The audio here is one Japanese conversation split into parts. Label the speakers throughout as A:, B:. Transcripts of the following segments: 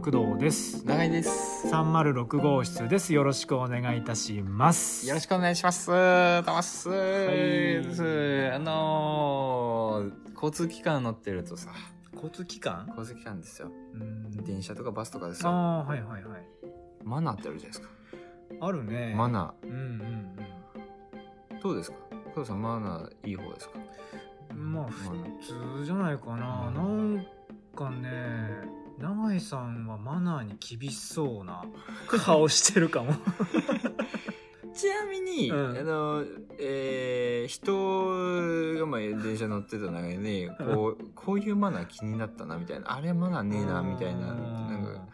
A: 工藤です
B: 長井です
A: 306号室ですよろしくお願いいたします
B: よろしくお願いしますたます、
A: い
B: あのー、交通機関乗ってるとさ
A: 交通機関
B: 交通機関ですよ
A: うん
B: 電車とかバスとかで
A: あ
B: さ
A: あはいはいはい
B: マナーってあるじゃないですか
A: あるね
B: マナ
A: うんうん
B: ーどうですか工藤さんマナーいい方ですか
A: うんまあ
B: マナー
A: 普通じゃないかな、
B: うん
A: なんかね永井さんはマナーに厳しそうな 顔してるかも
B: ちなみに、
A: うん
B: あの、えー、人がまあ電車乗ってた中で、こう、こういうマナー気になったな、みたいな、あれマナーねえな、みたいな、なんか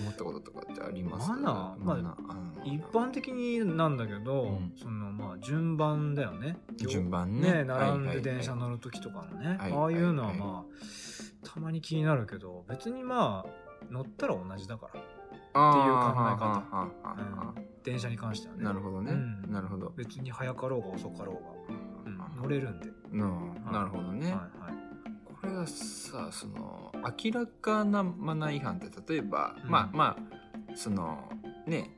B: 思ったこととかってあります
A: マナー
B: マナー、
A: ま
B: あの
A: 一般的になんだけど、
B: うん
A: そのまあ順番だよね
B: 順番ね。
A: ね並んで電車
B: る。
A: 乗る時とかのね、
B: はい
A: ああいうのは
B: はい
A: まあたまに気になるけど別にまあ乗ったら同じだから
B: って
A: いう考
B: え方。
A: 電車に関してはね
B: なるほどね。
A: うん
B: なるほど。
A: 別に早かろうが遅かろうが、うん、乗れるんで、
B: うんなるほど
A: は
B: ね。
A: いはい、
B: これがさその明らかなマナー違反って例えば、
A: うん
B: まあまあそのね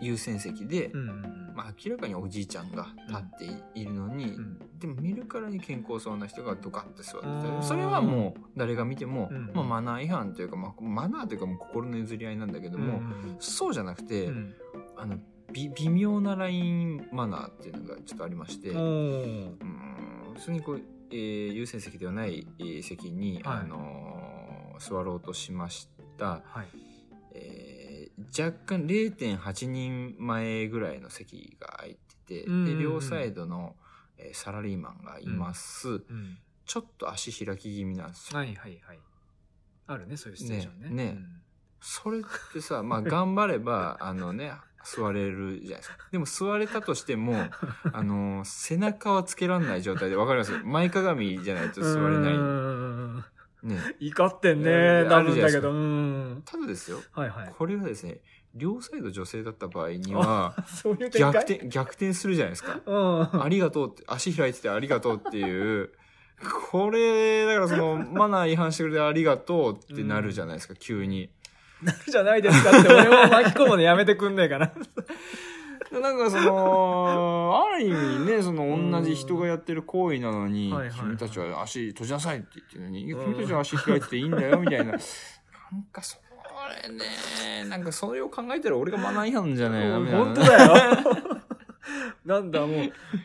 B: 優先席で、
A: うんうんうん
B: まあ、明らかにおじいちゃんが立っていいるのに、
A: うん
B: でも見るからに健康そうな人がドカッて座ってた
A: あー
B: りそれはもう誰が見ても、
A: うん
B: まあ、マナー違反というか、まあ、マナーというかもう心の譲り合いなんだけども、
A: うん
B: そうじゃなくて、
A: うん
B: あのび微妙なラインマナーっていうのがちょっとありまして。
A: おー
B: うーん普通にこう、えー優先席ではない、えー席に、
A: はい
B: あのー座ろうとしました、
A: はい
B: えー若干0.8人前ぐらいの席が空いてて、
A: うんうんう
B: で
A: ん
B: 両サイドの、えーサラリーマンがいます、
A: うん、
B: ちょっと足開き気味なんですよ、
A: はいはいはいあるねそういうシチュエーションね
B: ねねそれって さまあ頑張ればあのね座れるじゃないですかでも座れたとしてもあのー背中はつけられない状態でわかります前かがみじゃないと
A: うん
B: 座れな
A: う
B: い
A: ん
B: ね
A: 怒ってんね
B: うん
A: なるんだ
B: あるじゃないです
A: け
B: か
A: どうん
B: ただですよ
A: はいはい
B: これがですね、両サイド女性だった場合には、
A: そういう展開
B: 逆転、逆転するじゃないですか。
A: うん
B: ありがとうって、足開いててありがとうっていう、これ、だからその、マナー違反してくれてありがとうってなるじゃないですか、急に。
A: じゃないですかって俺を巻き込むのやめてくんねえか な。
B: なんかそ の、ある意味ね、その同じ人がやってる行為なのに
A: うんはい、はいはい
B: 君たちは足閉じなさいって言ってるのに、いや
A: うん
B: 君たちは足開いてていいんだよ、みたいな。なんかそれね、なんかそれを考えたら俺がマナー違反じゃねえな、みたいな
A: 本
B: ね。
A: 当だよ。 なんだも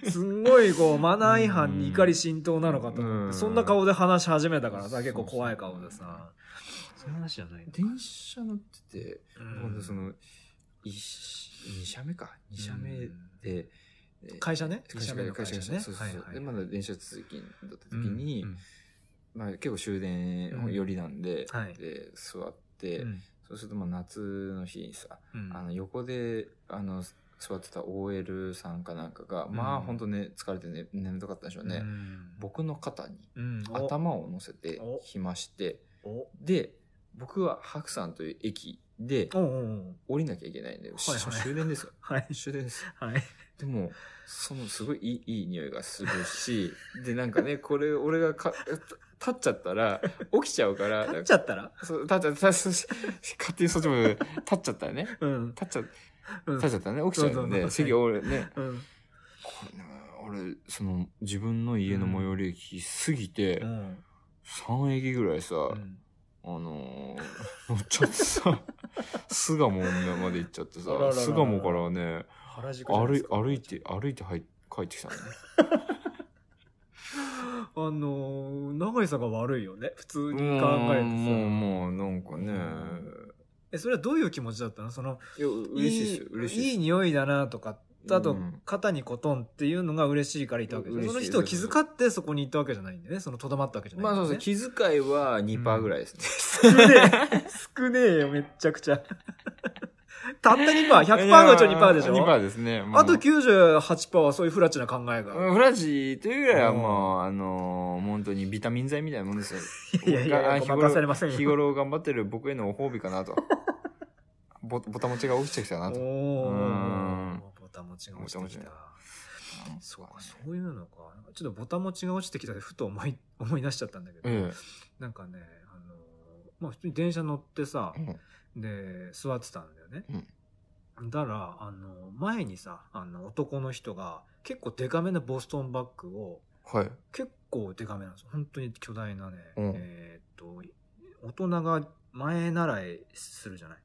A: う、すんごいこう、マナー違反に怒り浸透なのかと思っ
B: うん
A: て、そんな顔で話し始めたからさ、
B: そうそ
A: 結
B: う
A: 構怖い顔でさ。そういう話じゃない
B: 電車乗ってて、
A: うん
B: 今度その2社目か2社目で、えー
A: 会社ね。
B: 会社
A: 目の
B: 会社
A: 会
B: 会
A: 社
B: 社
A: ね。
B: そうそうそう
A: はいはい
B: でまだ電車通勤だった時に、
A: うん
B: まあ、結構終電寄りなんで,、
A: うんはい
B: で座って、
A: うん
B: そうするとまあ夏の日にさ、
A: うん
B: あの横であの座ってた OL さんかなんかが、
A: ん
B: まあほんとね疲れて、ね、眠たかったんでしょうね、
A: うん
B: 僕の肩に
A: うんお
B: 頭を乗せて
A: お
B: きまして
A: おお
B: で僕は白山という駅で、
A: おお
B: 降りなきゃいけないんで、
A: はいはい
B: 終 電ですよ。
A: はい。
B: 終電です。
A: はい。
B: でも、そのすごいいいいい匂いがするし、で、なんかね、これ、俺がか立立っちゃっ たら、起きちゃうから、
A: 立っちゃったら
B: そう立っちゃった、立っちゃった勝手にそっちも、立っちゃったらね、
A: うん。
B: 立っちゃ、立
A: うん
B: っちゃったらね、起きちゃ
A: そうそ
B: うん
A: うそう
B: で、席俺ね、
A: うん。
B: これね、俺、その、自分の家の最寄り駅過ぎて
A: う、ん
B: 3駅ぐらいさ、
A: うん
B: あのー、乗っちゃって さ、巣鴨まで行っちゃってさ
A: あららら、ら
B: 巣鴨からね、
A: 原宿じゃない
B: 歩
A: です
B: い
A: か
B: 歩いて歩いて入っ帰ってきたのね
A: あのー、永井さんが悪いよね普通に考えてさ
B: もうもうなんかね
A: えそれはどういう気持ちだったのその
B: いや嬉しいですよ嬉し
A: い
B: いです
A: 匂いだなとかあと、
B: うん
A: 肩にコトンっていうのが嬉しいからいたわけで
B: 嬉しい
A: その人を気遣ってそこに行ったわけじゃないんでねそのとどまったわけじゃない
B: まあそう
A: で
B: ですすね気遣いは2%ぐらいです
A: 少
B: ね、
A: ねえ少ねえよめっちゃくちゃたった 2%100% のうちの2%でしょ
B: 2%ですねもう
A: あと98%はそういうフラッチな考えが、
B: うんフラジーというぐらいはもうあのー本当にビタミン剤みたいなもんですよ
A: いやいやいや
B: 僕が
A: 任されませんよ
B: 日頃頑張ってる僕へのご褒美かなとぼぼたもちが落ちてきたな
A: お
B: と
A: お
B: うん
A: ボタン持ちが落ちてき
B: ボタ
A: たそうか、そういうのか。ち ょっとボタン持ちが落ちてきたで、ふと思い、思い出しちゃったんだけど、
B: ええ
A: なんかね、あの、まあ、普通に電車乗ってさ
B: う、ん
A: で、座ってたんだよね。
B: うん
A: だから、あの、前にさ、あの、男の人が、結構デカめなボストンバッグを、
B: はい。
A: 結構デカめなんですよ。本当に巨大なね、
B: うん
A: えーっと、大人が前習いするじゃない。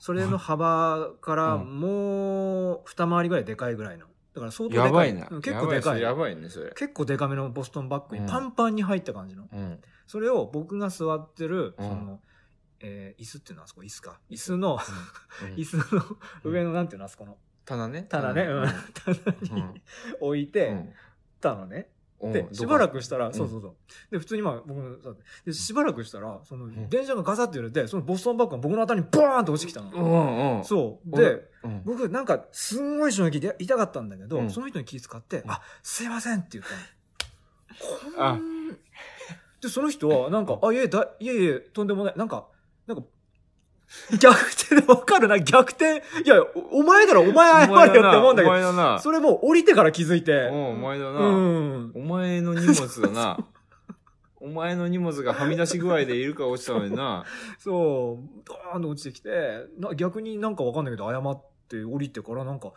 A: それの幅から
B: うん
A: もう二回りぐらいでかいぐらいの。だから相当でかい。
B: やばいな。
A: うん結構でかい。
B: やばいね、それ。
A: 結構でかめのボストンバッグ
B: う
A: に
B: ん
A: パンパンに入った感じの。
B: うん。
A: それを僕が座ってる、そ
B: うん
A: の、えー椅子っていうのはあそこ椅子か。椅子の、
B: うん
A: 椅子の上のなんていうのあそこの
B: 棚ね。
A: 棚ね、うん、棚
B: う
A: に
B: ん
A: 置いてたのね。
B: うん。
A: で、しばらくした
B: う
A: ら、
B: ん
A: そうそうそう。で、普通にまあ僕の座って、で、しばらくしたら、そ
B: ん
A: の電車がガサッて揺れて、そのボストンバッグが僕の頭にボーンと落ちてきた
B: う
A: の。
B: んうん。
A: そう。
B: 俺
A: で、、
B: うん
A: 僕なんかすんごい衝撃で痛かったんだけど、
B: うん
A: その人に気遣って「
B: ん
A: あすいません」って言ったの。
B: あ
A: こんでその人はなんか「あいえだいえいえとんでもない」なんかなんか逆転でわかるな逆転いやおお前だろお前謝れよって思うんだけ
B: お
A: ど
B: 前だな。
A: それもう降りてから気づいて
B: うんお前だ
A: う
B: な。
A: ん
B: お前の荷物 だな。お前の荷物がはみ出し具合でいるから落ちたのにな。
A: そうドーンと落ちてきてな逆になんかわかんないけど謝って降りてからなんか「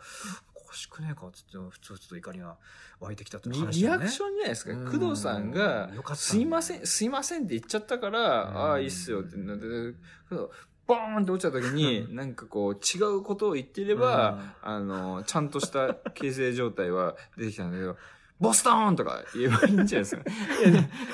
A: おかしくねえか」っつって普通ちょっと怒りが湧いてきたっていう
B: リ
A: 話
B: リ
A: だよ
B: ア
A: ね
B: クションじゃないですか。
A: うん
B: 工藤さんが、
A: よかった
B: すいません、すいませんって言っちゃったから、
A: うん
B: ああ、いいっすよってなって、ボーンって落ちた時に、なんかこう、違うことを言ってれば、あの、ちゃんとした形成状態は出てきたんだけど、ボストーンとか言えばいいんじゃないです か。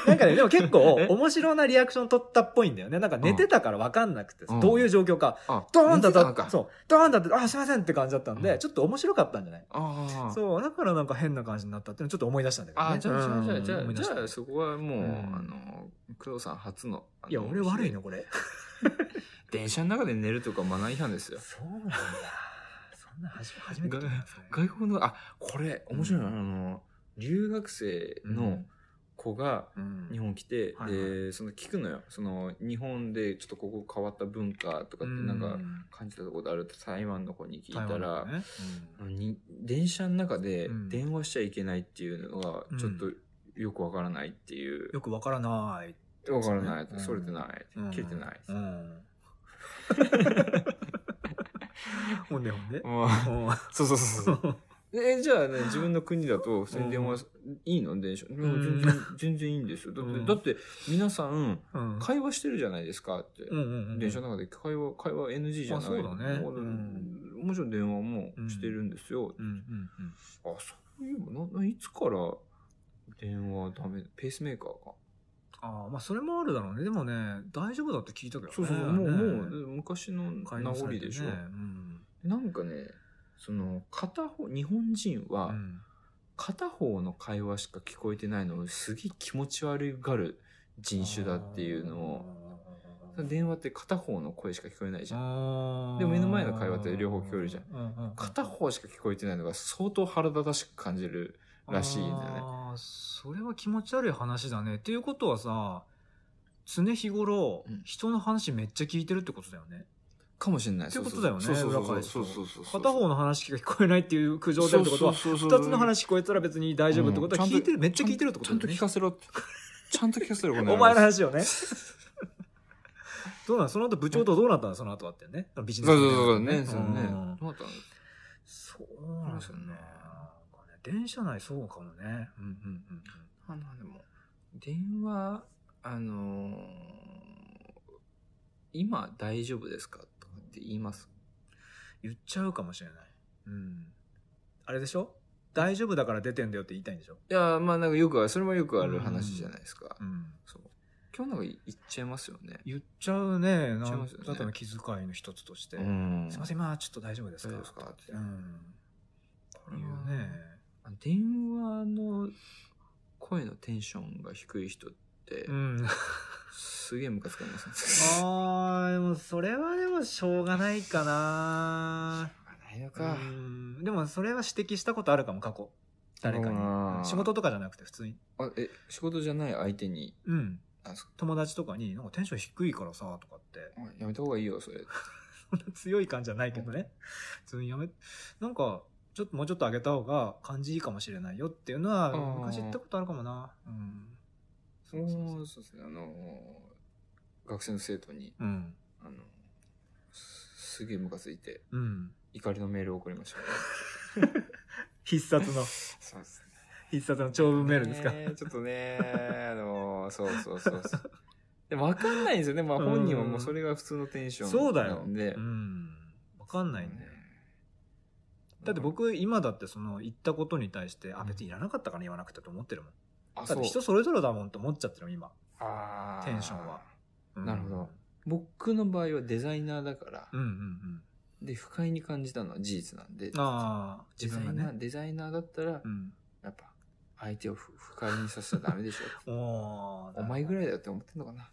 A: なんかね、でも結構
B: え
A: 面白なリアクション取ったっぽいんだよね。なんか寝てたから分かんなくて、
B: うん
A: どういう状況か。
B: あ
A: ドーンだ
B: 見てたの
A: と、
B: か。
A: そう、ドーンだと、あ、すいませんって感じだったんで、
B: うん
A: ちょっと面白かったんじゃない
B: ああ。
A: そう、だからなんか変な感じになったっていうのちょっと思い出したんだけど、ね。
B: あ、じゃあ、じゃあ、
A: うん
B: じゃあ、
A: 思い出
B: じゃ
A: した
B: あ、じゃあそこはもう、
A: うん
B: あの、工藤さん初の。あの
A: いや、俺悪いの、。これ。
B: 電車の中で寝るとかマナー違反ですよ。
A: そうなんだ。そんな初め初めて聞いたんですね
B: 外国の、あ、これ、面白いな。
A: う
B: あの、留学生
A: う
B: の
A: ん
B: 子が、
A: うん
B: 日本来て、
A: はいはい
B: で、その聞くのよ。その、日本でちょっとここ変わった文化とかって、なんか、感じたことあるって台湾の子に聞いた
A: 台湾
B: ら、
A: だね
B: に電車の中で
A: うん
B: 電話しちゃいけないっていうのがちょっとよくわからないってい
A: う
B: う
A: ん、よくわからない。
B: わからない、
A: うん
B: それてない、
A: うん
B: 切れてない、
A: うんほんでほんで。
B: うん そうそうそうそう
A: うん
B: えじゃあね自分の国だと普通に電話、いいの電車、
A: ん
B: 全然全然いいんですよだって,、
A: うん
B: だって皆さん
A: うん
B: 会話してるじゃないですかって、
A: うんうんうん、
B: 電車の中で会話会話 NG じゃない
A: あそうだね
B: も
A: うん
B: もちろん電話もしてるんですよ、
A: うんうんうん
B: あ、そういえば、な、ないつから電話ダメ、ペースメーカーか。
A: ああまあそれもあるだろうねでもね大丈夫だって聞いたけどね
B: そうそうそう、もう、
A: ね
B: もう、昔の名
A: 改良さ
B: 残
A: れて
B: でしょ。
A: ねうん
B: なんかね、その、片方、日本人
A: う
B: は、
A: ん
B: 片方の会話しか聞こえてないのを、すげえ気持ち悪がる人種だっていうのを、
A: あー
B: 電話って片方の声しか聞こえないじゃん。
A: あー
B: でも目の前の会話って両方聞こえるじゃん
A: うんうんうん
B: 片方しか聞こえてないのが相当腹立たしく感じるらしいんだよね。
A: あーそれは気持ち悪い話だねっていうことはさ常日頃、
B: うん
A: 人の話めっちゃ聞いてるってことだよね
B: かもしれない。
A: ってことだよね
B: そうそうそう
A: 裏返す
B: そ
A: と
B: うそうそうそう。
A: 片方の話が聞こえないっていう苦情であるってことは
B: そうそうそうそう
A: 二つの話聞こえたら別に大丈夫ってことは
B: うん
A: 聞いてる、めっちゃ聞いてるってことだ
B: ちゃんと
A: よね
B: 聞かせろって。ちゃんと聞かせろ、こ
A: お前の話をね。どうなんその後部長とどうなった のその後はってね。ビジ
B: そ
A: ネ
B: う
A: スマ
B: そ
A: ンだよ
B: うそう、ね、そのね。
A: うん
B: どうだったの
A: そうなんですよね。なんかね電車内そうかもね。うんうんうん
B: あの、でも、電話、あのー、今大丈夫ですかとかって言います。
A: 言っちゃうかもしれない。うん。あれでしょ大丈夫だから出てんだよって言いたいんでしょ
B: いや、まあなんかよくある、それもよくある話じゃないですか。
A: うん。
B: そう。今日なんか言っちゃいますよね。
A: 言っちゃうね。
B: っ
A: な
B: ちゃいま
A: ん
B: すよね
A: だったの気遣いの一つとして。
B: ん
A: すいません、今ちょっと大丈夫です
B: 大
A: か
B: 丈夫ですかって。
A: うん。
B: これ
A: 言
B: は
A: うね。
B: 電話の声のテンションが低い人って、
A: うん。
B: すげえムカつくんですね。
A: あーでもそれはでもしょうがないかな
B: ないの
A: う。んでもそれは指摘したことあるかも過去誰か
B: う
A: に
B: ん
A: 仕事とかじゃなくて普通に
B: あえ、仕事じゃない相手に、
A: うん
B: あそ
A: 友達とかになんかテンション低いからさとかって
B: やめた方がいいよ、 それ。
A: そんな 強い感じじゃないけどね普通にやめなんかちょっともうちょっと上げた方が感じいいかもしれないよっていうのは
B: うん
A: 昔言ったことあるかもなうん
B: そうそうそうそうですね。あのー学生の生徒に、
A: うん。
B: あの、すすげえムカついて、
A: うん。
B: 怒りのメールを送りました。
A: 必殺の、
B: そうですね。
A: 必殺の長文メールですか。
B: ねちょっとね、あの、そうそうそうそう。でも分かんないんですよね。まあ本人はもうそれが普通のテンション
A: そうだ
B: な
A: よ。
B: んで。
A: うん。わかんないんだよ。だって
B: うん、
A: 僕、今だってその、言ったことに対して、あ、
B: うん
A: 別にいらなかったから言わなくてと思ってるもん。
B: あ
A: だって人それぞれだもんって思っちゃってるもん今。
B: あー
A: テンションはうん
B: なるほど。僕の場合はデザイナーだから、
A: うんうんうん。
B: で、不快に感じたのは事実なんで、
A: ああ、
B: デ
A: 自
B: ザイ
A: 分が
B: ナー、
A: ね。
B: デザイナーだったら
A: う、ん。
B: やっぱ、相手を不不快にさせちゃダメでしょ。
A: おー
B: お前ぐらいだよって思ってんの かな。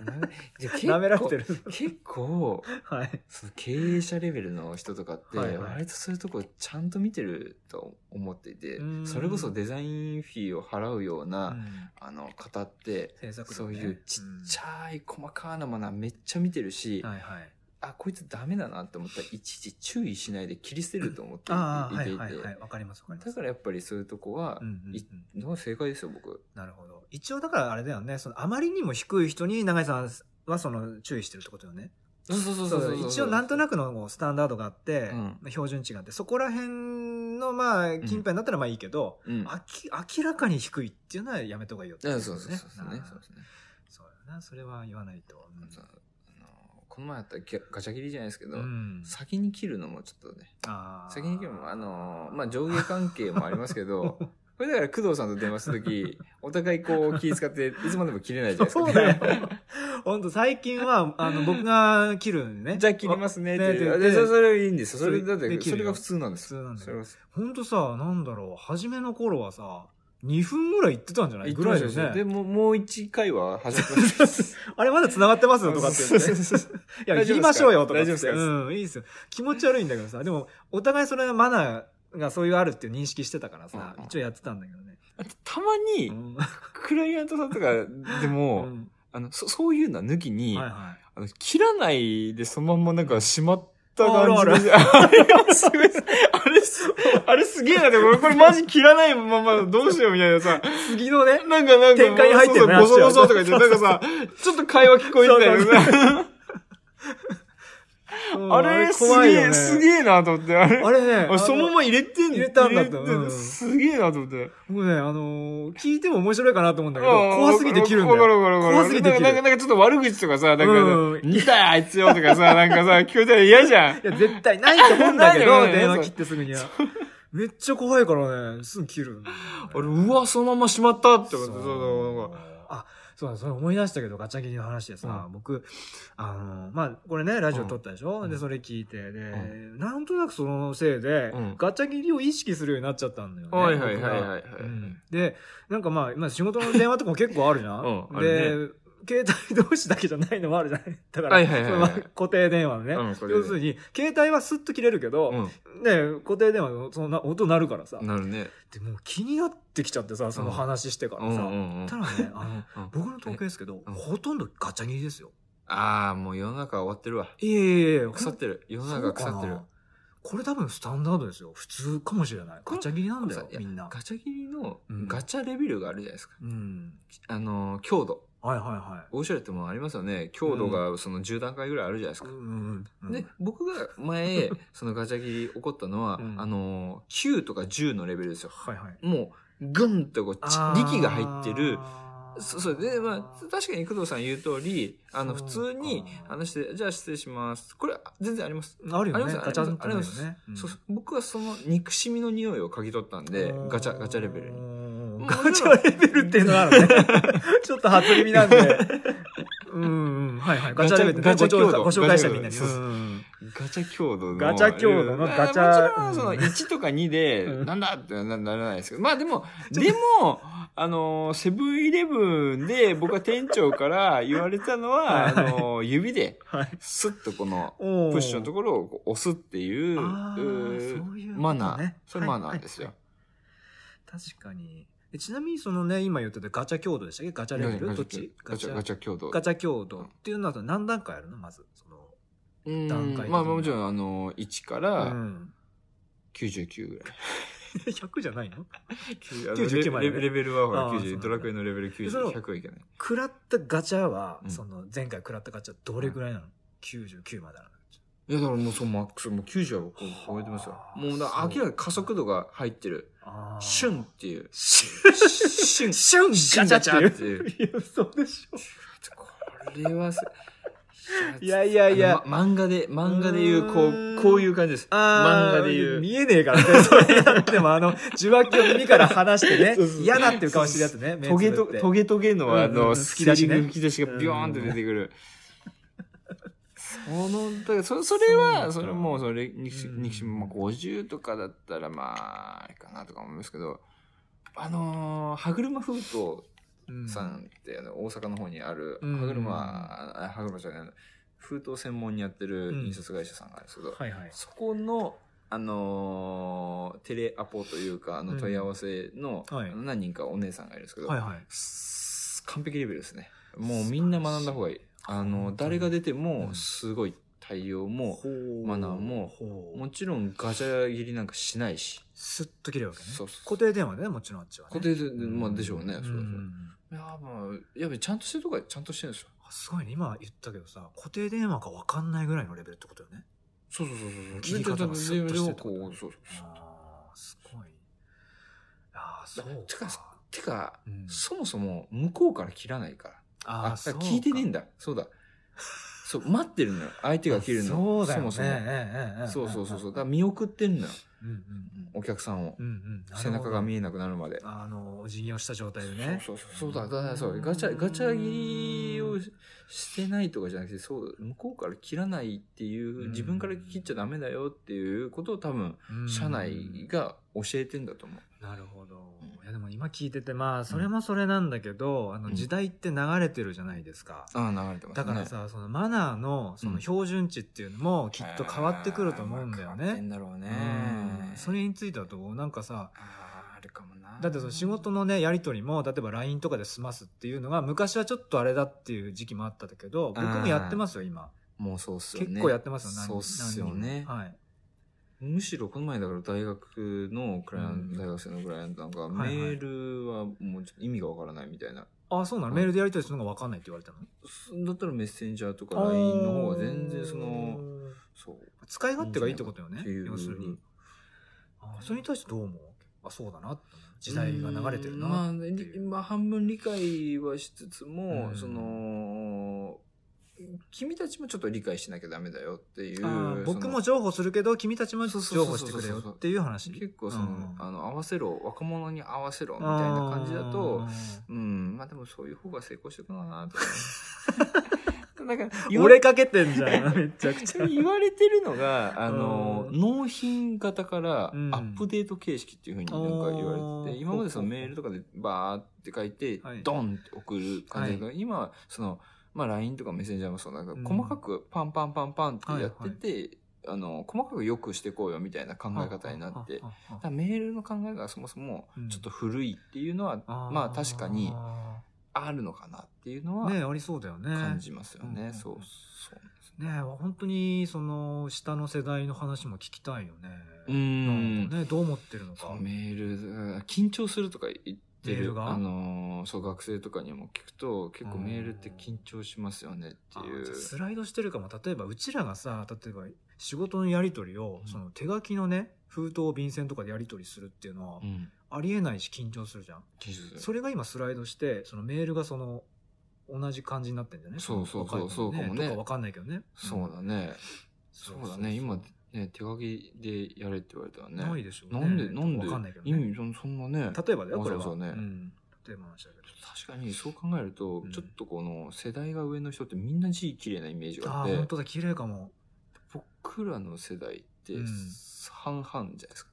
B: お前じゃあ結構
A: 舐められてる。
B: 結構、
A: はい。
B: その経営者レベルの人とかって、
A: はいはい
B: 割とそういうとこちゃんと見てると思っていて
A: うー、ん
B: それこそデザインフィーを払うような、
A: うん
B: あの、方って、
A: 制作
B: そ
A: 量
B: う
A: ね
B: いうちっちゃい細かなものはめっちゃ見てるし、
A: うんはいはい。
B: あ、こいつダメだなって思ったら、いちいち注意しないで切り捨てると思ってい
A: ああ、
B: い
A: は
B: て
A: い
B: いて、
A: はいはい。わかりますわかります。
B: だからやっぱりそういうとこは
A: うん、うんう
B: い
A: ん、
B: のが正解ですよ、僕。
A: なるほど。一応だからあれだよね、そのあまりにも低い人に永井さんはその注意してるってことよね。
B: そうそうそうそう
A: 一応なんとな
B: く。
A: くのもうスタンダードがあって、
B: うん
A: 標準値があって、そこら辺のまあ近辺だったらまあいいけど、
B: うん。
A: あき明らかに低いっていうのはやめた方がいいよって
B: そう
A: こと
B: そうそうそうね
A: あ。ー
B: そうですね。
A: そうだな、それは言わないと。うん
B: そうあのこの前あったギャガチャ切りじゃないですけ
A: う
B: ど、
A: ん
B: 先に切るのもちょっとね、
A: あー
B: 先に切るのも、あのー、まあ、上下関係もあります けど、これだから工藤さんと電話するとき、お互いこう気使って、いつまでも切れないじゃないですか。
A: そうだよ。ほんと最近は、あの、僕が切るんでね。
B: じゃあ切りますねっていう。
A: ね
B: で、
A: で
B: そそれいいんですよ。それ、
A: そ
B: だ
A: れ
B: って、
A: でき
B: そ
A: るよ
B: れが普通なんで
A: 普
B: す
A: 通
B: よ。
A: なんだ
B: そ
A: け
B: れ
A: ど
B: は
A: ほんとさ、なんだろう、初めの頃はさ、2分ぐらい言ってたんじゃないぐらいだよ
B: で
A: ね。
B: も、もう一回は始まってます
A: あれまだ繋がってますよとかって言って
B: そう
A: ね。
B: そうそう
A: いや、
B: 大丈夫ですか
A: 切りましょうよとかって。
B: 大丈夫ですか
A: うん、いいですよ。気持ち悪いんだけどさ、でも、お互いそれがマナーがそういうあるっていう認識してたからさ
B: う、んうん
A: 一応やってたんだけどね。
B: たまに
A: う、ん
B: クライアントさんとかで
A: う
B: も、
A: ん
B: あの、そそういうのは抜きに、
A: はいはい。
B: あの切らないでそのまんまなんかしまった感
A: あるあ
B: じで。あれがすごいあれす、 あれすげえなって、これ、これマジ切らないままどうしようみたいなさ。
A: 次のね、
B: なんかなんか、
A: 展開に入ってるね
B: そうそうゴソゴソとか言って、なんかさ、ちょっと会話聞こえてたよ
A: そう
B: ね。
A: うん
B: あれ、す
A: 怖い
B: げ
A: よ
B: え、
A: ね
B: すげえなと思って、あれ。
A: あれね、
B: あそのま
A: あ
B: ま入れてんの
A: 入れたんだと
B: 入れて
A: うん
B: すげえなと思って。
A: の僕ね、あのー、聞いても面白いかなと思うんだけど、
B: うん
A: 怖すぎて切るんだ
B: わかる
A: よ。
B: わかるわかる
A: 怖すぎて切る
B: なんか、なんかちょっと悪口とかさ、なん
A: う
B: か
A: ん、
B: 見たよあいつよとかさ、なんかさ、聞こえたら嫌じゃん。
A: いや、絶対ないと思うんだけ
B: ないよ
A: ど、
B: ね
A: 電話切ってすぐには。めっちゃ怖いからね、すぐ切るんだよね。
B: 俺、うわ、そのまましまったって
A: そう
B: こと。そうそう、なんか。
A: あ、そうだ、それ思い出したけど、ガチャ切りの話でさ、僕、あの、まあ、これね、ラジオ撮ったでしょ、
B: うん
A: で、それ聞いて、で、
B: う
A: なんとなくそのせいで、
B: うん
A: ガチャ切りを意識するようになっちゃったんだよね。
B: はいはいはい
A: 僕
B: は
A: が
B: い。
A: うんで、なんかまあ、まあ、仕事の電話とかも結構あるじゃん。
B: うんあ
A: で、
B: る
A: 携帯同士だけじゃないのもあるじゃない。だから、
B: はいはいはいはい
A: その固定電話のね。
B: うんこれで
A: 要するに、携帯はスッと切れるけど、ね、固定電話のそんな音鳴るからさ
B: う。ん。なるね。
A: でもう気になってきちゃってさ、その話してか
B: う
A: ら
B: んう
A: さ。
B: んうん
A: た。だね、あの、
B: うん
A: 僕の統計ですけど、
B: うん
A: ほとんどガチャ切りですよ。
B: ああ、もう世の中終わってるわ。
A: いえいえいえ、
B: 腐ってる。世の中腐ってる。
A: これ多分スタンダードですよ。普通かもしれない。
B: これ
A: ガチャ切りなんだ
B: こ
A: よ
B: れ、さ
A: みんな。
B: ガチャ切りの
A: うん
B: ガチャレベルがあるじゃないですか。
A: うん。
B: あのー、強度。
A: はいはいは
B: オーシャレってものありますよね。強度がその10段階ぐらいあるじゃないです
A: い。
B: か
A: う。んうんうん。
B: で、僕が前、 そのガチャ切り起こったのは、
A: うん
B: あのー、9とか10のレベルですよ。
A: はいはい。
B: もう、ぐんとこう、ち
A: あー
B: 力が入ってる。そそうで、まあ、確かに工藤さん言う通り、あの、
A: そう
B: 普
A: か
B: 通に話して、じゃあ失礼します。これ、全然あります。
A: あるよ
B: あり
A: ね。
B: ます
A: ガチャンってなるよ
B: あ
A: ね。ん
B: そうそう僕はその憎しみの匂いを嗅ぎ取ったんで、ガチャ、ガチャレベル
A: う
B: に。
A: ん
B: もちろん
A: ガチャレベルっていうのがあるね。 ちょっと初耳なんで。うんうん。はいはい。ガチャレベルってね
B: ガチャ
A: ご紹
B: 強度
A: ご紹介したみんなに。
B: ガチャ
A: うんうん
B: ガチャ強度の。
A: ガチャ強度の
B: まあ
A: ガチャ
B: もちろん、そ の
A: うん
B: 1とか2で、
A: うん
B: なんだってなならないですけど。まあでも、でも、あのー、セブンイレブンで僕は店長から言われたのは、あ
A: はい
B: のー、指で、
A: はい。
B: スッとこの、
A: プ
B: プッシュのと
A: こ
B: ころをこう押すっていう、
A: あー
B: うー
A: そういうことね
B: マナー。それ
A: は
B: マ
A: い
B: ナーですよ。
A: 確かに。えちなみにそのね、今言ってたガチャ強度でしたっけガチャレベルどっち
B: ガチャ、ガチャ強度。
A: ガチャ強度っていうのは何段階あるのまず。その
B: うん
A: 段階的に
B: まあまあもちろん、あの、1か
A: う
B: ら
A: ん
B: 99ぐらい。
A: 100じゃないの
B: 99
A: 99まで
B: レ
A: ね
B: ベレベルはほら
A: あーそう
B: 90、ドラクエのレベル90、
A: その
B: 100はいけない。
A: 食らったガチャは、
B: うん
A: その前回食らったガチャどれぐらいなの、?99 までなの
B: いや、だからもうそう、マックス、もう90はこう超えてますよ。もう、だから明らかに加速度が入ってる。
A: あー
B: シュンっていう。
A: シ
B: シュン
A: ュンガチャってい
B: ガ
A: う
B: チャっていう。
A: いや、そうでしょ。
B: これはす、
A: いやいやいや
B: あのま漫画で、漫画で言う、こ
A: うー
B: う、
A: ん
B: こういう感じです。漫画で言う。
A: 見えねえから ね。それやっても、あの、受話器を耳から離してね
B: そうそ、う
A: 嫌だっていう顔してるやつね。
B: トゲ
A: 目
B: ト
A: つぶって
B: トゲトゲのあ
A: うんうん
B: の、
A: うん
B: 吹き出
A: 吹き出
B: し、
A: しね
B: 吹き出しがビヨーンって出てくる。その、だからそ、それは、
A: そ
B: そう
A: か
B: れもう、それ、ニキシ、
A: うん
B: ニキシ、まあ、50とかだったら、まあ、あれかなとか思いますけど、あのー、歯車封筒
A: うん
B: さんって、あの、大阪の方にある、
A: うん
B: 歯車、あ歯車じゃない、封筒専門にやってる
A: うん
B: 印刷会社さんがあるんですけど、
A: はいはい。
B: そこの、あのーテレアポというか、あ
A: う
B: の、
A: ん
B: 問い合わせの、
A: はい
B: 何人かお姉さんがいるんですけど、
A: はいはい。
B: す完璧レベルですね。もうみんな学んだ方がいい。あの、誰が出て
A: うん
B: も、すごい対応も、マナーも
A: ほう
B: もちろんガチャ切りなんかしないし。
A: スッと切れるわけね。
B: そうそう
A: 固定電話ね、もちろんあっちは、ね。
B: 固定で、まあでしょうね。そうそううんいや、まあ、やべ、ちゃんとしてるとこはちゃんとしてるんですよ。
A: あすごいね、今言ったけどさ、固定電話か分かんないぐらいのレベルってことよね。
B: そうそうそうそう。
A: 切り方がスッとしてるとこ
B: でででこうそうそうそう
A: ああ、すごい。ああ、そう
B: てかてか、
A: うん
B: そもそも向こうから切らないから。
A: あ
B: あ、
A: あ、そうか
B: 聞いてねえんだ。そうだ。そう、待ってるのよ。相手が切る
A: そ
B: の。
A: うだよね。
B: そもそも。そうそうそうそう。だから見送ってんのよ。
A: うんうんうん
B: お客さんを
A: う。んうんなるほど
B: 背中が見えなくなるまで。
A: あの、陣形をした状態でね。
B: そうそうそうそうだだからそうガチャガチャ切りをししてないとかじゃなくてそう向こうから切らないっていう
A: うん
B: 自分から切っちゃダメだよっていうことを多分
A: うん
B: 社内が教えてんだと思う。
A: なるほど。いやでも今聞いてて、まあ、それもそれなんだけど、あの、時代って流れてるじゃないですか。
B: ああ流れてます
A: だ
B: ね。
A: からさ、そのマナーの、その標準値っていうのも、きっと変わってくると思うんだよ
B: あーまあ変わって
A: ね
B: ん。だろうね
A: うん。それについてはどうなんかさ、
B: あーあるかもな。
A: だってその仕事のね、やりとりも、例えば LINE とかで済ますっていうのが、昔はちょっとあれだっていう時期もあったんだけど、僕もやってますよ、今。
B: もうそうっすよね。
A: 結構やってますよ、何
B: そうっすよ
A: 何
B: ね
A: 人。もはい。
B: むしろこの前だから大学のクライアン
A: うん
B: ト、大学生のクライアントなんかメ
A: はいはい
B: ールはもうちょっと意味がわからないみたいな。
A: あ、そうなの
B: うん
A: メールでやり取りするのが分かんないって言われたの
B: そだったらメッセンジャーとか LINE の方が全然その、。そう。
A: 使い勝手がいいってことよね
B: ってい。う
A: 要するに。あそれに対してどう思うあ、そうだなって思う。時代が流れてるな
B: う
A: っ
B: ん
A: て
B: まあ
A: い
B: り
A: う。
B: まあ、半分理解はしつつも、
A: うん
B: その、君たちもちょっと理解しなきゃダメだよっていう。
A: あー僕も
B: そ
A: 譲歩するけど、君たちも
B: そうそうそう
A: 譲歩してくれよっていう話。
B: の結構その、
A: うん
B: あの、合わせろ、若者に合わせろみたいな感じだと、、うん、まあでもそういう方が成功していくのかなと かね。なん か
A: あー
B: 言わ
A: 俺かけてんじゃん、めちゃく ちゃ。
B: 言われてるのが、あ
A: う
B: の、
A: ん
B: 納品型からア
A: うん
B: ップデート形式っていうふうになんか言われて
A: あー
B: て、今までその
A: ほうほう
B: メールとかでバーって書いて
A: はい、
B: ドンって送る感じだけど、今はその、まあ LINE とかメッセンジャーもそうなんか
A: うん
B: 細かくパンパンパンパンってやってて、あの、細かく良くしてこうよみたいな考え方になって、
A: あ。あああ
B: だからメールの考えがそもそも
A: うん
B: ちょっと古いっていうのは、
A: あ
B: まあ確かに
A: あ
B: あるのかなっていうの
A: ー
B: は
A: ねありそうだよね。
B: 感じますよ
A: うんうんう
B: ね。
A: ん
B: そう、そうなんですね。
A: ね本当に、その、下の世代の話も聞きたいよね。
B: う
A: なん
B: ん
A: か。ね、どう思ってるの
B: そ
A: か
B: う。メール緊張するとか言って
A: メール
B: る
A: が
B: あのーそう学生とかにも聞くと結構
A: うん
B: メールって緊張しますよねってい
A: あ
B: う
A: じゃあスライドしてるかも。例えば、うちらがさ、例えば、仕事のやり取りを、
B: うん
A: その手書きのね、封筒、便箋とかでやり取りするっていうのは
B: う、ん、
A: ありえないし緊張するじゃん。
B: 緊張する
A: それが今スライドして、そのメールがその、同じ感じになってんじゃね
B: そうそう
A: 若
B: そう
A: い子
B: そうかもね
A: とかわかんないけどね。
B: そうだね、
A: そ
B: そうだね今ね手書きでやれって言われたらね
A: ないでしょうね。
B: なんでなんで
A: わかんないけど
B: 意
A: ね。
B: 味そんそんなね
A: 例えばだよ、これは。
B: わざわざね
A: ん。例えばの話だけど。
B: 確かにそう考えると、
A: うん
B: ちょっとこの世代が上の人ってみんな字綺麗なイメージが
A: あ
B: あ
A: あ
B: っ
A: ー、本
B: て
A: 当だ、綺麗かも。
B: 僕らの世代って
A: うん
B: 半々じゃないですか、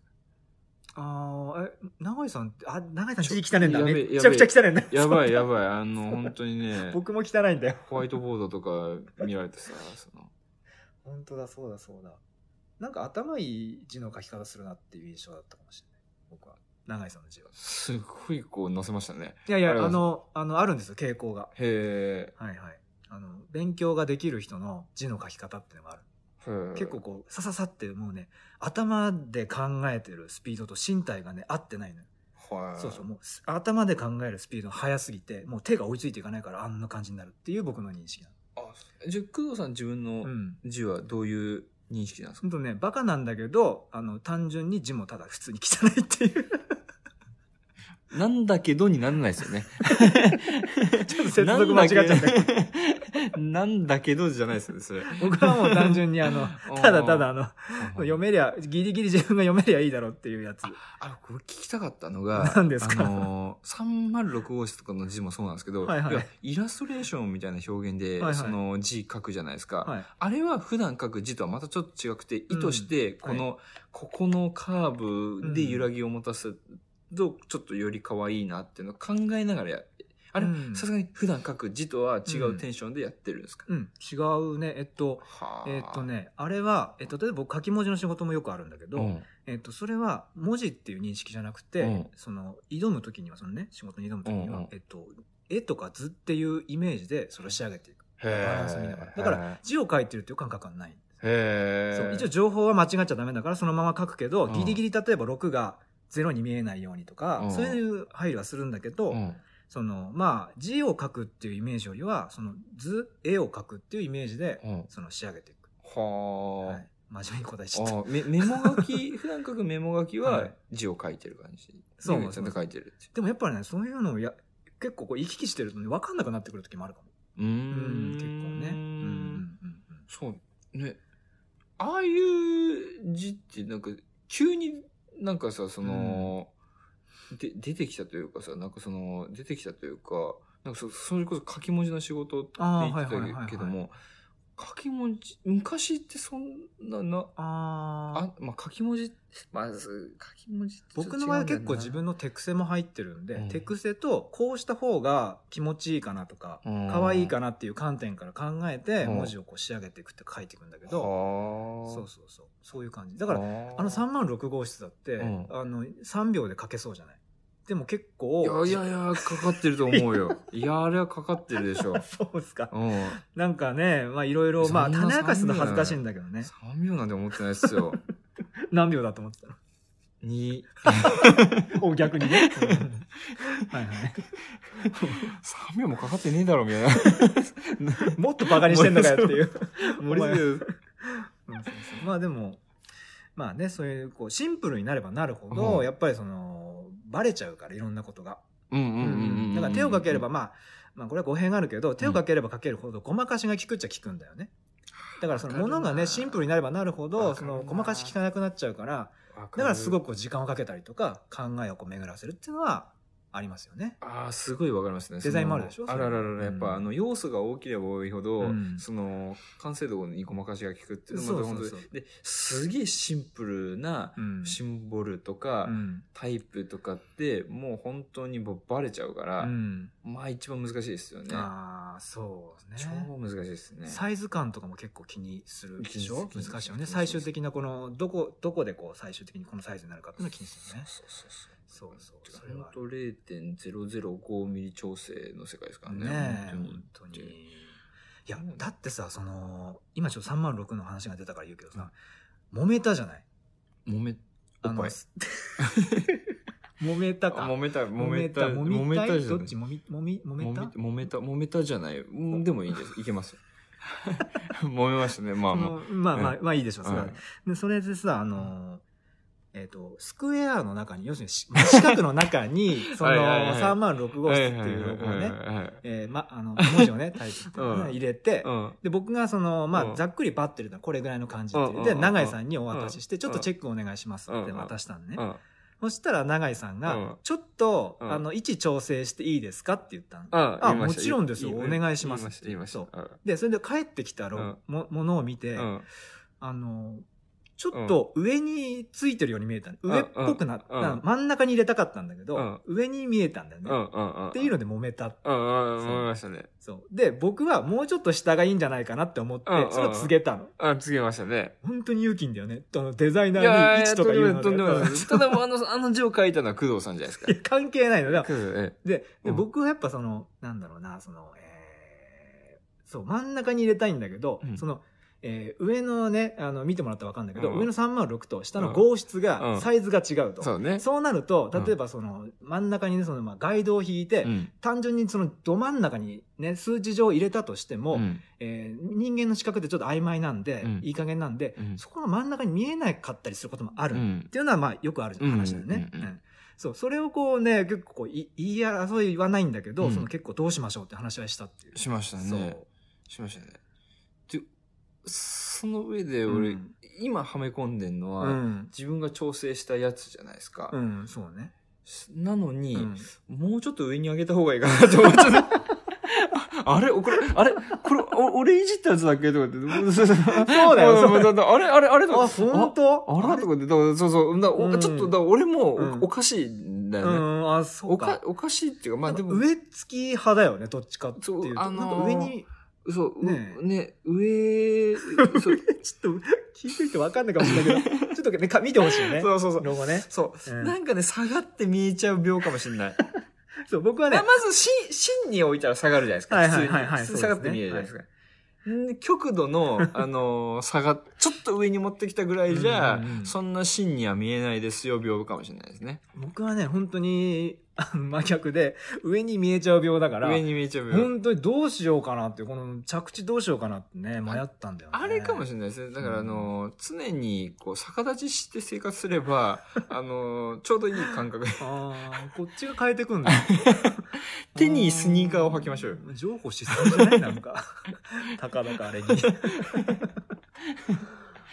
A: ああ、え、長井さんって、あ、長井さん字汚いんだ。
B: やべ
A: めっちゃくちゃ汚いんだ。
B: やばいやばいあの本当にね
A: 僕も汚いんだよ。
B: ホワイトボードとか見られ てさ、その、
A: 本当だ、そうだ、そうだ。なんか頭いい字の書き方するなっていう印象だったかもしれない。僕は。長井さんの字は。
B: すごいこう載せましたね。
A: いやいや、
B: あり
A: あ
B: がとう
A: の、あの、あるんですよ、傾向が。
B: へえ。
A: はいはい。あの、勉強ができる人の字の書き方っていうのがある。結構こう、さささって、もうね、頭で考えてるスピードと身体がね、合ってないのよ。
B: はい
A: そうそう、もうす頭で考えるスピードが速すぎて、もう手が追いついていかないからあんな感じになるっていう僕の認識な
B: あじゃあ工藤さん自分
A: の。う
B: の
A: ん。
B: 字はどういう認識なんです
A: ほ
B: か、
A: んとね、バカなんだけど、あの、単純に字もただ普通に汚いっていう。
B: なんだけどになんないです よね
A: ちょっと接続間違っちゃった。
B: たなんだけどじゃないですよ ねそれ
A: 僕はも う単純にあの、ただただあの、読めりゃ、ギリギリ自分が読めりゃいいだろうっていうやつ。
B: あの、これ聞きたかったのが、
A: 何ですか
B: あのー、306号室とかの字もそうなんですけど、
A: はいはい
B: 要イラストレーションみたいな表現で、
A: はいはい
B: その字書くじゃないですか。
A: はい。
B: あれは普段書く字とはまたちょっと違くて、意
A: ん
B: 図して、この、ここのカーブで揺らぎを持たせると、ちょっとより可愛いなっていうのを考えながらやあれ
A: うん、
B: さすがに普段書く字とは違
A: ん
B: うテンションでやってるんですか、
A: うん、違うね。えっと、
B: はあ
A: えっと。ね、あれは、えっと、例えば僕書き文字の仕事もよくあるんだけど、
B: うん
A: えっと、それは文字っていう認識じゃなくて、
B: うん
A: その、挑む時には、そのね、仕事に挑む時には、
B: うんうん
A: えっと、絵とか図っていうイメージでそれを仕上げていく。
B: へー
A: バランス見ながらだから、字を書いてるっていう感覚はない。
B: へ
A: そう
B: ー
A: 一応情報は間違っちゃダメだからそのまま書くけど、
B: うん
A: ギリギリ例えば6が0に見えないようにとか、
B: うん
A: そういう配慮はするんだけど、
B: うん
A: そのまあ字を書くっていうイメージよりはその図絵を書くっていうイメージで、
B: うん
A: その仕上げていく、
B: はあ、
A: はい、真面目に答えちゃった
B: あめ メモ書き普段書くメモ書き
A: は
B: はい字を書いてる感じ
A: そう
B: でちゃんと書いてるって
A: でもやっぱりねそういうのをや結構こう行き来してるとね分かんなくなってくる時もあるかも
B: うー
A: うんん結構ねうんうんうん
B: そうねああいう字ってなんか急になんかさその、で出てきたというかさなんかその出てきたというかなんかそそれこそ書き文字の仕事って言って
A: あーはいはいはいは
B: た
A: い
B: けども書き文字昔ってそんなな
A: あー
B: あまあ書き文字まず書き文字ってちょっと
A: 僕の場合は
B: 違う
A: 結
B: んだよな
A: 構自分の手癖も入ってるんで、
B: うん
A: 手癖とこうした方が気持ちいいかなとか、可愛いかなっていう観点から考えて
B: うん
A: 文字をこう仕上げていくって書いていくんだけ
B: は
A: ど、
B: あ
A: そうそうそうそういう感じだからあ
B: あ
A: の3万6号室だって、
B: うん
A: あの3秒で書けそうじゃないでも結構
B: いやいやいやかかってると思うよいやあれはかかってるでしょ
A: そうですか
B: うん
A: なんかねまあいろいろまあ
B: そんな
A: 種明かしするの恥ずかしいんだけどね
B: 3秒なんて思ってないっす よ
A: 何秒だと思 ってたの
B: 23
A: お逆にね はいはい
B: 秒もかかってねえだろみたいな
A: もっとバカにしてんのかよっていう
B: 森
A: お前
B: 末
A: うんそうそうまあでもまあねそういうこうシンプルになればなるほ
B: う
A: ど
B: ん
A: やっぱりそのバレちゃうからいろんなことが。
B: うんうんうんうん
A: だから手をかければまあまあこれは語弊があるけど手をかければかけるほどごまかしが効くっちゃ効くんだよね。だからその
B: わ
A: も
B: かるな
A: のがねシンプルになればなるほど
B: わ
A: そ
B: かるな
A: のごまかし効かなくなっちゃうから
B: だ
A: だからすご
B: く
A: くこう時間をかけたりとか考えをこう巡らせるっていうのはありますよね。
B: ああすごいわかりますね
A: デザインもあるでしょ
B: そのあららららやっ
A: うん
B: ぱあの要素が大きければ多いほど
A: うん
B: その完成度にごまかしが効くっていうの
A: そう
B: も
A: そう
B: 本当
A: そう
B: にですげえシンプルな
A: うん
B: シンボルとか、
A: うん
B: タイプとかってもう本当にもうバレちゃうから、
A: うん
B: まあ一番難しいですよね。
A: ああそうです
B: 超
A: ね。
B: 難しいですね。
A: サイズ感とかも結構気にするでしょ
B: 気にする
A: 難しいよ
B: 気
A: ね
B: にする
A: 最終的なこのどこどこでこう最終的にこのサイズになるかっていうのを気にするよね
B: そうそうそ
A: そう
B: う
A: そう
B: てか
A: それは
B: 本当0.005ミリ調整の世界ですからね。
A: ねえ
B: 本
A: 本
B: 当
A: 当
B: に
A: にいやだってさその今ちょっと3万6の話が出たから言うけどさ揉めたじゃない
B: 揉め、お
A: あ
B: っ
A: の
B: ぱい。
A: 揉めた
B: あ
A: か
B: 揉めた、揉めた、
A: 揉めた
B: 揉めたじゃ
A: ど
B: な
A: っ
B: い
A: ち。揉み揉み揉め
B: 揉め
A: た
B: た、揉めた、揉めたじゃない。うんでもいいです。い けますよ。揉めましたね。まあ
A: そ
B: まあ。
A: のまあまあまあいいでしょうそれは
B: はい
A: でそれでさあのーえっ、とスクエアの中に要するにし 四角の中にその
B: はいはいはい
A: 3万6号室っていうロゴを
B: はいはい
A: ね
B: はいはいはい
A: えーま、あの文字をねタイプっていうのをね
B: うん
A: 入れて、
B: うん。
A: で僕がその、ま
B: う
A: あ、
B: ん
A: ざっくりパッて入れたらこれぐらいの感じって
B: うん
A: いううんで永井さんにお渡しして、
B: ん
A: ちょっとチェックお願いしますって
B: うん
A: 渡したのね、
B: うん
A: そしたら永井さんが、
B: うん
A: ちょっと、
B: うん
A: あの位置調整していいですかって言ったの、
B: あ
A: あ
B: 言いました
A: もちろんですよ
B: 言
A: お願いします
B: 言いました。
A: そ
B: 言
A: う
B: いまし
A: でそれで帰ってきた
B: う
A: ろ
B: ん
A: もものを見て、
B: たうん。
A: あのちょっと上についてるように見えたの上っぽくなった、
B: うんうん
A: 真ん中に入れたかったんだけど、上に見えたんだよね、
B: うん
A: っ
B: うんうん。
A: ていうので揉めた
B: うんうんうん
A: そう
B: 思いましたね。
A: そうで僕はもうちょっと下がいいんじゃないかなって思って、
B: うんうん
A: それを告げたの
B: あ、つけましたね。
A: 本当に勇気んだよね。あのデザイ
B: い
A: ナー
B: や
A: に
B: い
A: 位置
B: や、
A: と
B: と
A: か
B: んで
A: 言うの
B: もない、
A: で
B: とんでもない。
A: そう
B: ただもうあの、あの字を書いたのは工藤さんじゃないですか
A: い。や関係ないのだ
B: 工藤、え
A: で
B: う
A: で
B: ん
A: 僕はやっぱそのなんだろうなその、えーそう真ん中に入れたいんだけど、
B: うん
A: そのえー上のね、あの、見てもらったらわかんないけど、
B: うん
A: 上の306と下の
B: うん
A: 号室
B: う
A: が、
B: ん
A: サイズが違うと。
B: そうね。
A: そうなると
B: うん、
A: 例えばその、真ん中にね、その、まあ、ガイドを引いて、
B: うん。
A: 単純にその、ど真ん中にね、数字上入れたとしても、
B: うん
A: えー人間の視覚ってちょっと曖昧なんで、
B: うん
A: いい加減なんで、
B: うん
A: そこが真ん中に見えなかったりすることもある。
B: う
A: っ
B: ん。
A: ていうのは、まあ、よくある
B: うん
A: 話だよね。
B: う
A: うん
B: うんうん
A: んそう、それをこうね、結構こうい言い争いはないんだけど、
B: うん
A: その結構どうしましょうって話はしたっていう。
B: しました
A: そう
B: ね。しましたね。で、その上で俺、
A: うん
B: 今はめ込んでんのは、
A: うん。
B: 自分が調整したやつじゃないですか。
A: うん、そうね。
B: なのに、
A: うん
B: もうちょっと上に上げた方がいいかなと思っちゃった。 ああれこれ、あれこれ、お俺いじったやつだっけとかって。 そう
A: そうだよそうだよ
B: あれあれあれとか
A: あ、本当
B: あれとかって、だからそうそう。だから
A: う
B: お
A: ん
B: ちょっと、だから俺も
A: うん
B: おおかしいんだ
A: う
B: よね。
A: ん、あ、そ
B: お
A: う
B: か
A: か。
B: おかしいっていうか、ま
A: な
B: あ
A: ん
B: で
A: か
B: も、
A: 上付き派だよね、どっちかっていう
B: そう
A: と。
B: あのー
A: なんか上に、
B: そう、
A: ね
B: うね、 上、そ
A: ちょ
B: う
A: っと聞いてる人わかんないかもしれないけど、 ちょっとね、か見てほしいよね。
B: そうそうそう。
A: ロゴね。
B: そう、
A: うん
B: なんかね、下がって見えちゃう病かもしれ ない。
A: そう、僕は
B: ま
A: ね
B: あ、まず、芯、芯に置いたら下がるじゃないですか。
A: はい
B: 普
A: は
B: 通
A: い
B: に。
A: はいはい
B: 普通に下がって見えるじゃないですか。ん極度の、あのー下が、ちょっと上に持ってきたぐらいじゃ
A: うんうんう、ん
B: そんな芯には見えないですよ、病かもしれないですね。
A: 僕はね、本当に、あの真逆で、上に見えちゃう病だから、
B: 上に見えちゃう病。
A: 本当にどうしようかなって、この着地どうしようかなってね、迷ったんだよね。
B: あれかも
A: れ
B: しれないですね。だから、あのー常に、こう、逆立ちして生活す れば、あのーちょうどいい感覚で。
A: ない。ああ、こっちが変えてくんだ。
B: 手にスニーカーを履きましょうよ。
A: ん。譲歩しそうじゃないなんか。 たかだかあれに。あ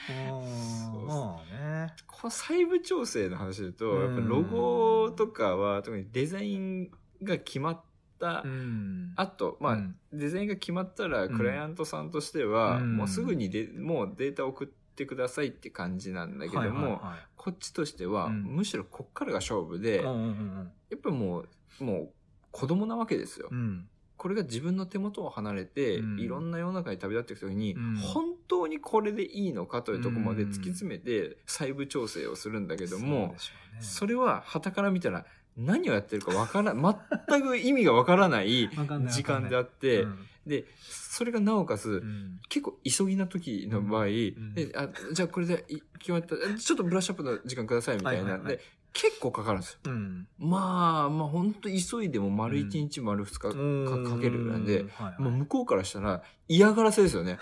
A: ーまあね。
B: この細部調整の話だと、
A: うん
B: やっぱロゴとかは、特にデザインが決まった、
A: うん。
B: あと、まあ、
A: うん
B: デザインが決まったら、
A: うん
B: クライアントさんとしては、
A: うん
B: もうすぐにで、もうデータ送ってくださいって感じなんだけども、
A: はいはいは
B: こっちとしては、
A: うん
B: むしろこっからが勝負で、
A: いうん
B: や
A: うんうん
B: っぱもう、もう、子供なわけですよ。
A: うん。うん。
B: これが自分の手元を離れて、
A: うん
B: いろんな世の中に旅立っていくときに、
A: うん
B: 本当にこれでいいのかというところまで突き詰めて、細部調整をするんだけども、そ
A: れ、
B: れは、傍から見たら、何をやってるかわから ない、全く意味がわからない
A: わかんない
B: 時間であ
A: っ
B: って、で、それがなおかつ、
A: うん。
B: 結構急ぎな時の場合、
A: ん
B: であじゃあこれでい決まった、ちょっとブラッシュアップの時間くださいみたいな。
A: はいはいはい
B: で結構かかるんですよ。
A: うん。
B: まあ、まあ本当急いでも丸1日丸2日、かかけるなんで
A: うん、はいはい
B: もう向こうからしたら嫌がらせです よね。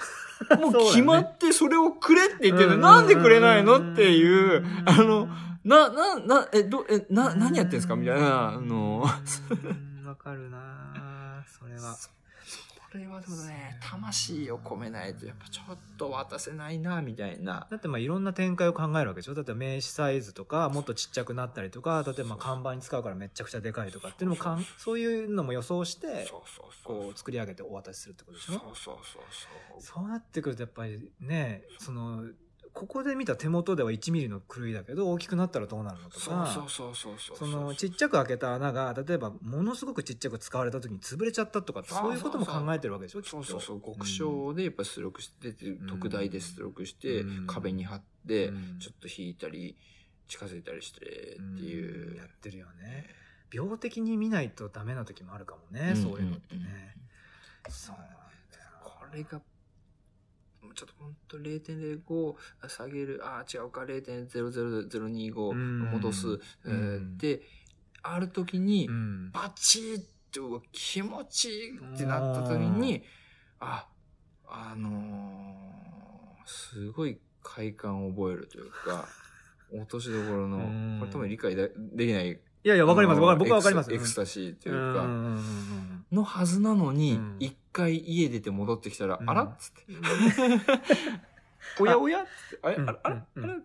B: も
A: そううだね
B: 決まってそれをくれって言ってるのになんでくれないのっていう、あの、な、な、な、え、ど、え、な、何やってんすかみたいな、あの、
A: うんわかるなそれは。
B: そそれはでもね、魂を込めないと、やっぱちょっと渡せないな、みたいな。
A: だってまあいろんな展開を考えるわけでしょだって名刺サイズとかもっとちっちゃくなったりとか例えばまあ看板に使うからめちゃくちゃでかいとかっていうのもかんそういうのも予想して
B: そうそうそう
A: こ。う作り上げてお渡しするってことでし
B: そう
A: ょ
B: そうそうそう。
A: そうなってくるとやっぱりねそのここで見た手元では1ミリの狂いだけど大きくなったらどうなるのと
B: そうそ
A: か
B: うそうそうそう。
A: そのちっちゃく開けた穴が例えばものすごくちっちゃく使われた時に潰れちゃったとかって
B: そうそう
A: そ
B: そう
A: ういうことも考えてるわけでしょきっ
B: そう
A: と
B: そうそう。極小でやっぱ出力して、特大で出力して、
A: うん
B: 壁に貼って、
A: うん
B: ちょっと引いたり、近づいたりしてって
A: うん
B: いう。
A: やってるよね病的に見ないとダメな時もあるかもね、
B: うん
A: そういうのってね、そう
B: これが、ちょっと本当0.05下げる、あー違うか、
A: う
B: 0.00025
A: ん
B: 戻す、えー
A: うん
B: で、ある時に、
A: うん
B: バチッてうわ気持ちいいってなった時に、あ、あのーすごい快感を覚えるという か、落としどころ
A: う
B: の
A: ん、
B: これ多分理解でできない。
A: いやいやわかりますわか
B: あ
A: る
B: のー
A: 僕はわかります
B: エクス
A: う
B: タシーとい
A: ん
B: うか、
A: うんうんうん
B: のはずなのに
A: うん、
B: 一、回家出て戻ってきたら、
A: うん
B: あらっつって。 おやおやっつって。あれ
A: うん
B: あれあれあ
A: うん
B: れ
A: あ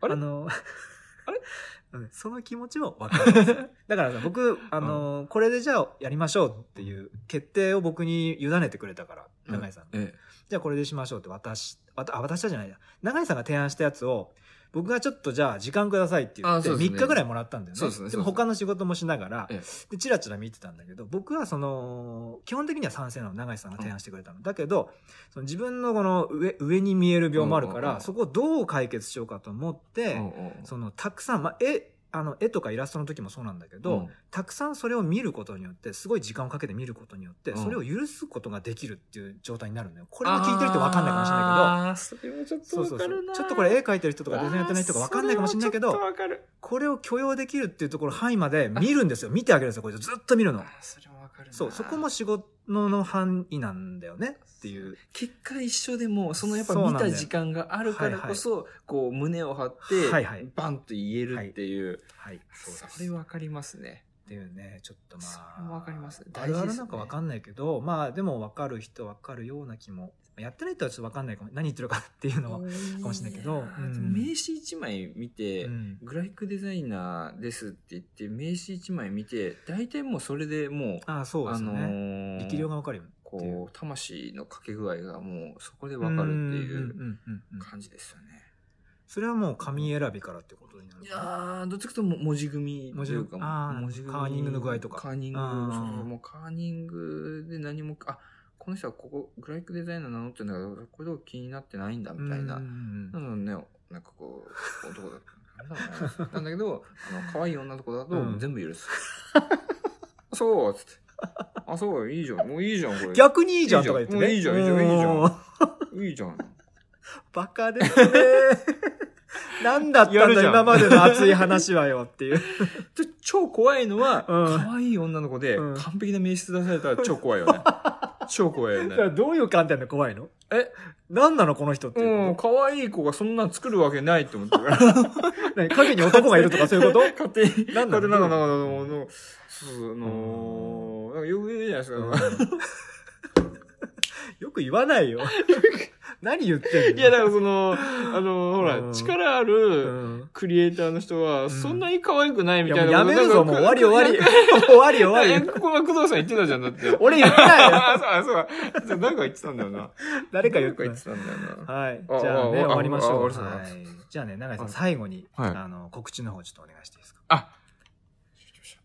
B: あれ
A: の
B: あれ
A: うんその気持ちもわか るだからさ僕あの、これでじゃあやりましょうっていう決定を僕に委ねてくれたから永井さんが、
B: え
A: じゃあこれでしましょうって渡し渡あ渡したじゃないや永井さんが提案したやつを僕がちょっとじゃあ時間くださいって言
B: あ
A: って
B: そうですね
A: 3日ぐらいもらったんだよね
B: そうですね
A: も
B: そうですね
A: 他の仕事もしながら、
B: え
A: でチラチラ見てたんだけど僕はその基本的には賛成なの永井さんが提案してくれたの、だけどその自分のこの上上に見える病もあるか
B: うんうん
A: ら、
B: うん
A: そこをどう解決しようかと思っ
B: え
A: て、
B: うんうん
A: そのたくさん、ま、絵あの絵とかイラストの時もそうなんだけど、たくさんそれを見ることによってすごい時間をかけて見ることによって、
B: うん
A: それを許すことができるっていう状態になるのよこ
B: こ
A: れも聞いてると分かんないかもしれないけど
B: いけど。それもちょっと
A: そう
B: わ
A: そうそ
B: か
A: う
B: るな。
A: ちょっとこれ絵描いてる人とかデザインやってない人が分かんないかもしれないけ
B: あーそ
A: ど
B: れもちょっとわかる。
A: これを許容できるっていうところ範囲まで見るんですよ見てあげるんですよこれずっと見る
B: あ
A: の
B: ーそれもわかるな。
A: そうそこも仕事の範囲なんだよねっていう
B: 結果一緒でも、そのやっぱ
A: そうなん
B: 見
A: だよ
B: た時間があるからこそ、こう胸を張って、
A: はいはい
B: バンと言えるっていう。
A: はいそうで
B: そ
A: す
B: れ
A: っ
B: わかりますね。
A: ていうねちょっとま
B: それ
A: あ
B: もわかります
A: あ
B: 大事ですね
A: るあるなんか分かんないけどまあでも分かる人分かるような気もやってない人はちょっと分かんないかも何言ってるかっていうのは、
B: か
A: もしれないけどうん
B: 名刺一枚見て、
A: うん
B: グラフィックデザイナーですって言って、名刺一枚見て、大体もうそれでも
A: ああそう
B: う、
A: で
B: あ
A: すよ
B: の
A: ね、
B: ー
A: 力量が分かるよっていう
B: こう、魂のかけ具合がもうそこでわかるって
A: んん
B: いううん
A: うんうん
B: 感じですよね。
A: それはもう紙選びからってことになる
B: いやー、どっちかというと文字組みというか、
A: 文字組みあー
B: 文字組み
A: カーニングの具合とか
B: カーニング、
A: あー
B: そうもうカーニングで何も、あ、この人はここ、グラフィックデザイナー名乗ってんだけど、これとか気になってないんだ、みたいな。
A: うんうん
B: なのね、なんかこう、男だと、なんだけど、あの、可愛い女の子だと
A: うん
B: 全部許す。そう、つって。あ、そう、いいじゃん。もういいじゃん、こ
A: う
B: れ。
A: ん逆にいいじゃんとか言ってね
B: いいじゃんいいじゃんいいじゃんいいじゃん
A: もう
B: いいじゃん。
A: バカ ですねなんだったん
B: やるじ
A: だ
B: ゃん
A: 今までの熱い話はよって いう
B: で超怖いのは、
A: うん
B: 可愛い女の子で、
A: うん
B: 完璧な名刺出されたら超怖いよね。超怖いよ
A: だから
B: ね。
A: どう いう観点で怖いの
B: え
A: 何なのこの人って
B: う
A: い
B: ん、
A: うこ
B: 可愛い子がそんなん作るわけないって 思ってるから。
A: と何影に男がいるとかそういうこと
B: 勝手に。
A: なんなの
B: 勝手になんか、なんか、なんか、なんかそうそう、あのー、なんかよく言うじゃないですか。
A: よく言わない よ何言ってんの
B: いや、だからその、あの、ほ
A: うん
B: ら、力あ
A: う
B: る
A: ん
B: クリエイターの人は、
A: ん
B: そんなに可愛くない
A: い
B: み
A: や
B: たい
A: もう
B: な。
A: やめるぞもう終わり終わり終わり終わ
B: り。
A: り
B: えここは工藤さん言ってたじゃん、だって。
A: 俺言ってないよ
B: ああ、 そうだそうだ。じゃあ誰か言ってたんだよな。
A: 誰か言って
B: 誰
A: ない
B: 言ってたんだよな。
A: はい。
B: あ
A: じゃあね、
B: ああ
A: 終わりましょう。
B: あ
A: はい
B: ああああ
A: じゃあね、永井さん、
B: はい
A: 最後に、
B: はい
A: あの、告知の方ちょっとお願いしていいですか。
B: あ、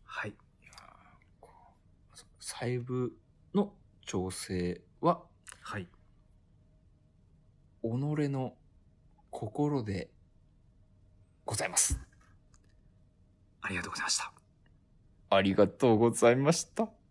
A: はい。
B: 細部の調整は、
A: はい。
B: 己の心でございます。
A: ありがとうございました。
B: ありがとうございました。